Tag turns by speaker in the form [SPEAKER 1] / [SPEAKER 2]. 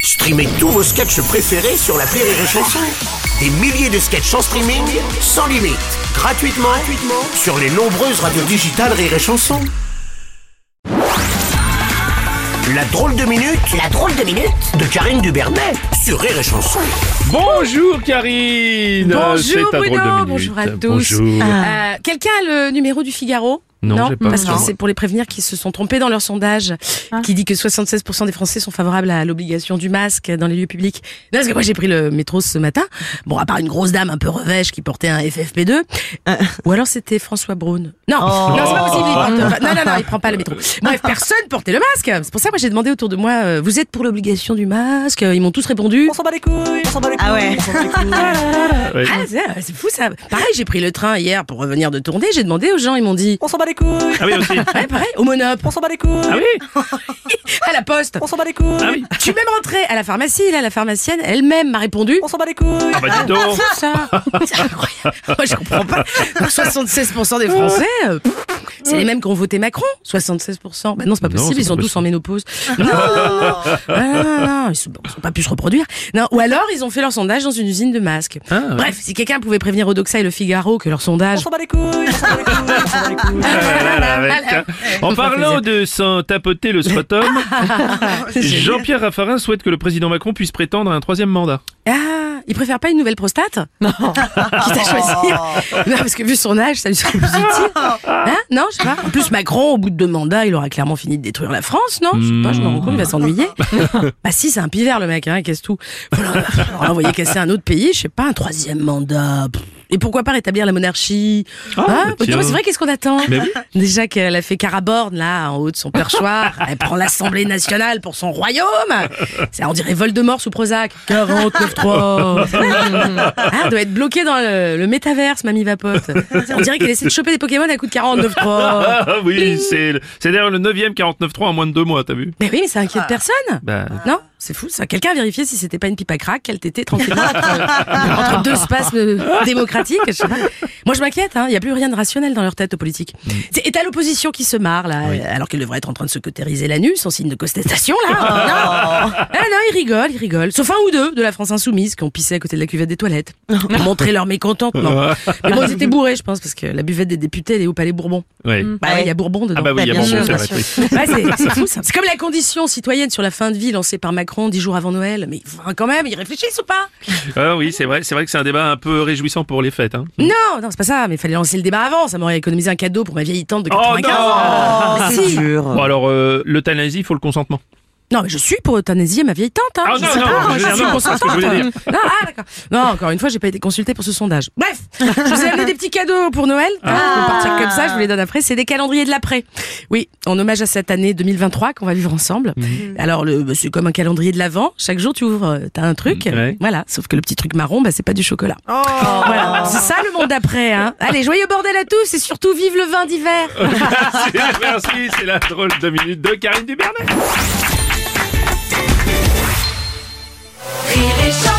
[SPEAKER 1] Streamez tous vos sketchs préférés sur la Rire et Chanson. Des milliers de sketchs en streaming, sans limite, gratuitement, gratuitement sur les nombreuses radios digitales Rire et Chanson. La drôle de minute, la drôle de minute de Karine Dubernet sur Rire et Chanson.
[SPEAKER 2] Bonjour Karine
[SPEAKER 3] Bonjour
[SPEAKER 2] C'est un drôle de
[SPEAKER 3] Bruno,
[SPEAKER 2] minute.
[SPEAKER 3] bonjour à tous.
[SPEAKER 2] Bonjour. Ah.
[SPEAKER 3] Euh, Quelqu'un a le numéro du Figaro
[SPEAKER 2] Non, j'ai pas.
[SPEAKER 3] parce que
[SPEAKER 2] Non.
[SPEAKER 3] c'est pour les prévenir qu'ils se sont trompés dans leur sondage qui dit que 76% des Français sont favorables à l'obligation du masque dans les lieux publics. Non, parce que moi j'ai pris le métro ce matin. Bon, à part une grosse dame un peu revêche qui portait un FFP2, Euh, ou alors c'était François Braun. Non, non c'est pas possible. Il porte... enfin, non, non, non, il prend pas le métro. Bref, personne portait le masque. C'est pour ça que moi j'ai demandé autour de moi, euh, vous êtes pour l'obligation du masque Ils m'ont tous répondu.
[SPEAKER 4] Ah ouais.
[SPEAKER 2] Ouais.
[SPEAKER 3] Ah, c'est- c'est fou ça. Pareil, j'ai pris le train hier pour revenir de tourner. J'ai demandé aux gens, ils m'ont dit.
[SPEAKER 4] On s'en bat les couilles.
[SPEAKER 2] Ah oui aussi.
[SPEAKER 3] Ouais, pareil, au Monop,
[SPEAKER 4] On s'en bat les couilles.
[SPEAKER 2] Ah oui.
[SPEAKER 3] à la poste.
[SPEAKER 4] On s'en bat les couilles.
[SPEAKER 2] Ah oui.
[SPEAKER 3] Je suis même rentrée à la pharmacie. Là, la pharmacienne elle-même m'a répondu.
[SPEAKER 4] On s'en bat les couilles.
[SPEAKER 2] Ah bah dis donc.
[SPEAKER 3] Fou, ça. C'est incroyable. Moi, je comprends pas. Pour 76% des Français, euh, pff, c'est les mêmes qui ont voté Macron. 76%. Bah non, c'est pas
[SPEAKER 2] Non,
[SPEAKER 3] possible.
[SPEAKER 2] c'est
[SPEAKER 3] Ils
[SPEAKER 2] pas
[SPEAKER 3] sont tous
[SPEAKER 2] possible.
[SPEAKER 3] en ménopause. Non, non, non, non, non, non, Ils sont- ils ont pas pu se reproduire. Non. Ou alors, ils ont fait leur sondage dans une usine de masques.
[SPEAKER 2] Ah, ouais.
[SPEAKER 3] Bref, si quelqu'un pouvait prévenir Odoxa et le Figaro que leur sondage.
[SPEAKER 4] On s'en bat les couilles. On s'en bat les couilles. On s'en bat les couilles.
[SPEAKER 2] Ah là là, avec,
[SPEAKER 3] Voilà.
[SPEAKER 2] hein. En
[SPEAKER 3] Ça fait
[SPEAKER 2] parlant de s'en tapoter le scrotum, Jean-Pierre Raffarin souhaite que le président Macron puisse prétendre à un troisième mandat.
[SPEAKER 3] Ah, il préfère pas une nouvelle prostate Non. Quitte à choisir. Non, parce que vu son âge, ça lui serait plus utile. Hein Non, je sais pas. En plus, Macron, au bout de deux mandats, il aura clairement fini de détruire la France, non Je sais pas, je me rends compte, il va s'ennuyer. bah si, c'est un pivert, le mec, hein, il casse tout. Faut l'en- faut l'envoyer casser un autre pays, je sais pas, un troisième mandat. Pff. Et pourquoi pas rétablir la monarchie
[SPEAKER 2] Ah,
[SPEAKER 3] Hein
[SPEAKER 2] bah tiens.
[SPEAKER 3] Non, mais C'est vrai, qu'est-ce qu'on attend
[SPEAKER 2] Mais oui.
[SPEAKER 3] Déjà qu'elle a fait Caraborne, là, en haut de son perchoir. Elle prend l'Assemblée nationale pour son royaume. Ça, on dirait Voldemort sous Prozac. 49-3. Ah, elle doit être bloquée dans le, le métaverse, Mamie Vapote. On dirait qu'elle essaie de choper des Pokémon à coup de 49-3.
[SPEAKER 2] Ah oui, c'est le- c'est d'ailleurs le 9e 49.3 en moins de deux mois, t'as vu
[SPEAKER 3] Mais oui, mais ça inquiète personne.
[SPEAKER 2] Bah,
[SPEAKER 3] Non, c'est fou ça. Quelqu'un a vérifié si c'était pas une pipe à crack, qu'elle t'était tranquillement entre, entre deux spasmes démocratiques. je sais pas. Moi je m'inquiète, hein. il n'y a plus rien de rationnel dans leur tête aux politiques.
[SPEAKER 2] Mm.
[SPEAKER 3] C'est- Et t'as l'opposition qui se marre là, euh, alors qu'elle devrait être en train de se cautériser l'anus en signe de contestation là.
[SPEAKER 2] Oh.
[SPEAKER 3] Non. Ah non, ils rigolent, ils rigolent. Sauf un ou deux de la France insoumise qui ont pissé à côté de la cuvette des toilettes pour montrer leur mécontentement. Mais bon, ils étaient bourrés je pense, parce que la buvette des députés elle est au Palais Bourbon.
[SPEAKER 2] ouais.
[SPEAKER 3] Bah ouais, il y a Bourbon dedans.
[SPEAKER 2] Ah bah oui, il y a
[SPEAKER 4] Bien
[SPEAKER 2] bon
[SPEAKER 4] sûr,
[SPEAKER 2] bon, c'est
[SPEAKER 4] bien
[SPEAKER 2] vrai.
[SPEAKER 4] sûr.
[SPEAKER 2] oui.
[SPEAKER 3] Ouais, c'est c'est fou ça. C'est comme la condition citoyenne sur la fin de vie lancée par Macron dix jours avant Noël. Mais enfin, quand même, ils réfléchissent ou pas
[SPEAKER 2] Ah oui, c'est vrai, c'est vrai que c'est un débat un peu réjouissant pour les fêtes. Hein.
[SPEAKER 3] Non, non, c'est pas ça. Mais il fallait lancer le débat avant. Ça m'aurait économisé un cadeau pour ma vieille tante de
[SPEAKER 2] Oh
[SPEAKER 3] 95.
[SPEAKER 2] non
[SPEAKER 3] Mais si.
[SPEAKER 2] Bon alors, euh, l'euthanasie, il faut le consentement.
[SPEAKER 3] Non, mais je suis pour euthanasier ma vieille tante. Hein.
[SPEAKER 2] Ah
[SPEAKER 3] Je
[SPEAKER 2] non,
[SPEAKER 3] sais
[SPEAKER 2] non,
[SPEAKER 3] pas,
[SPEAKER 2] je veux
[SPEAKER 3] je
[SPEAKER 2] dire
[SPEAKER 3] suis
[SPEAKER 2] non, c'est ce que je voulais
[SPEAKER 3] consentante.
[SPEAKER 2] dire.
[SPEAKER 3] Non, ah, d'accord. Non, encore une fois, j'ai pas été consultée pour ce sondage. Bref, je vous ai amené des petits cadeaux pour Noël. Ah. Pour partir comme ça, je vous les donne après. C'est des calendriers de l'après. Oui, en hommage à cette année 2023 qu'on va vivre ensemble.
[SPEAKER 2] Mhm.
[SPEAKER 3] Alors, le, bah, c'est comme un calendrier de l'avant. Chaque jour, tu ouvres, euh, t'as un truc.
[SPEAKER 2] Mhm, ouais.
[SPEAKER 3] Voilà. Sauf que le petit truc marron, bah, c'est pas du chocolat. Voilà. C'est ça le monde d'après, hein. Allez, joyeux bordel à tous et surtout vive le vin d'hiver.
[SPEAKER 2] C'est- Merci, c'est la drôle de minute de Karine Dubernet.
[SPEAKER 5] Rire et chanson.